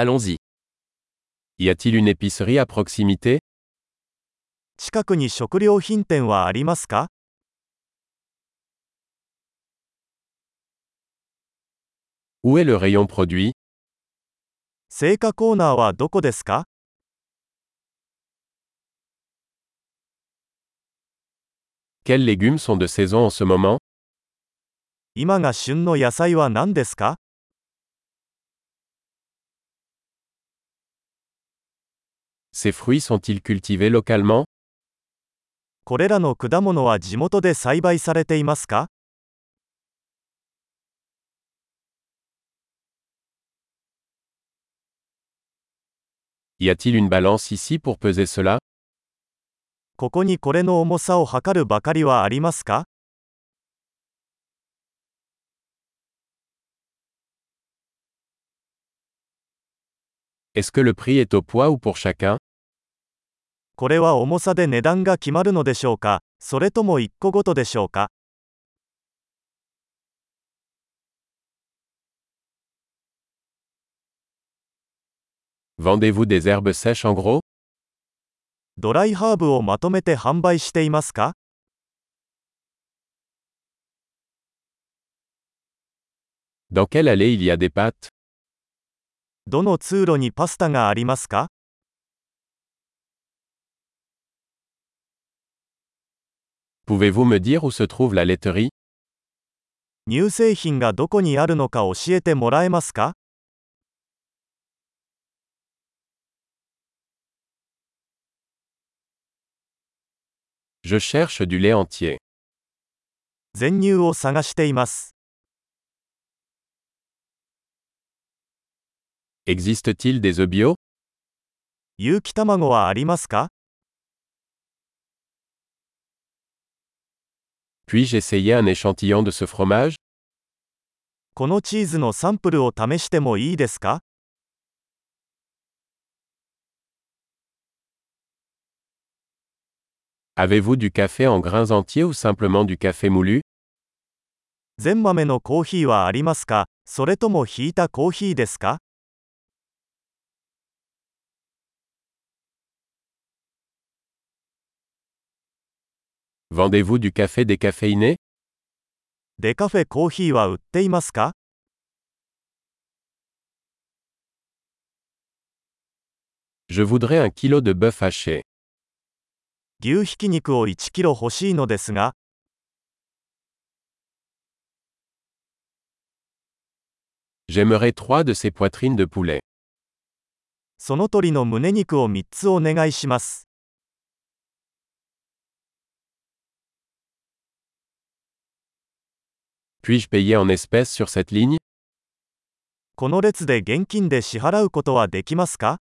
Allons-y. Y a-t-il une épicerie à proximité 近くに食料品店はありますか Où est le rayon produit 青果コーナーはどこですか Quels légumes sont de saison en ce moment 今が旬の野菜は何ですか Ces fruits sont-ils cultivés localement これらの果物は地元で栽培されていますか Y a-t-il une balance ici pour peser cela ここにこれの重さを測るばかりはありますか Est-ce que le prix est au poids ou pour chacun これは重さで値段が決まるのでしょうかそれとも1個ごとでしょうか Vendez-vous des herbes sèches en gros ドライハーブをまとめて販売していますか Dans quelle allée il y a des pâtes どの通路にパスタがありますか Pouvez-vous me dire où se trouve la laiterie 乳製品がどこにあるのか教えてもらえますか Je cherche du lait entier. 全乳を探しています。 Existe-t-il des œufs bio 有機卵はありますか Puis-je essayer un échantillon de ce fromage このチーズのサンプルを試してもいいですか Avez-vous du café en grains entiers ou simplement du café moulu 全豆のコーヒーはありますかそれともひいたコーヒーですか Vendez-vous du café décaféiné デカフェコーヒーは売っていますか Je voudrais un kilo de bœuf haché. 牛ひき肉を1キロ欲しいのですが、 J'aimerais trois de ces poitrines de poulet. その鳥の胸肉を3つお願いします。 Puis-je payer en espèces sur cette ligne この列で現金で支払うことはできますか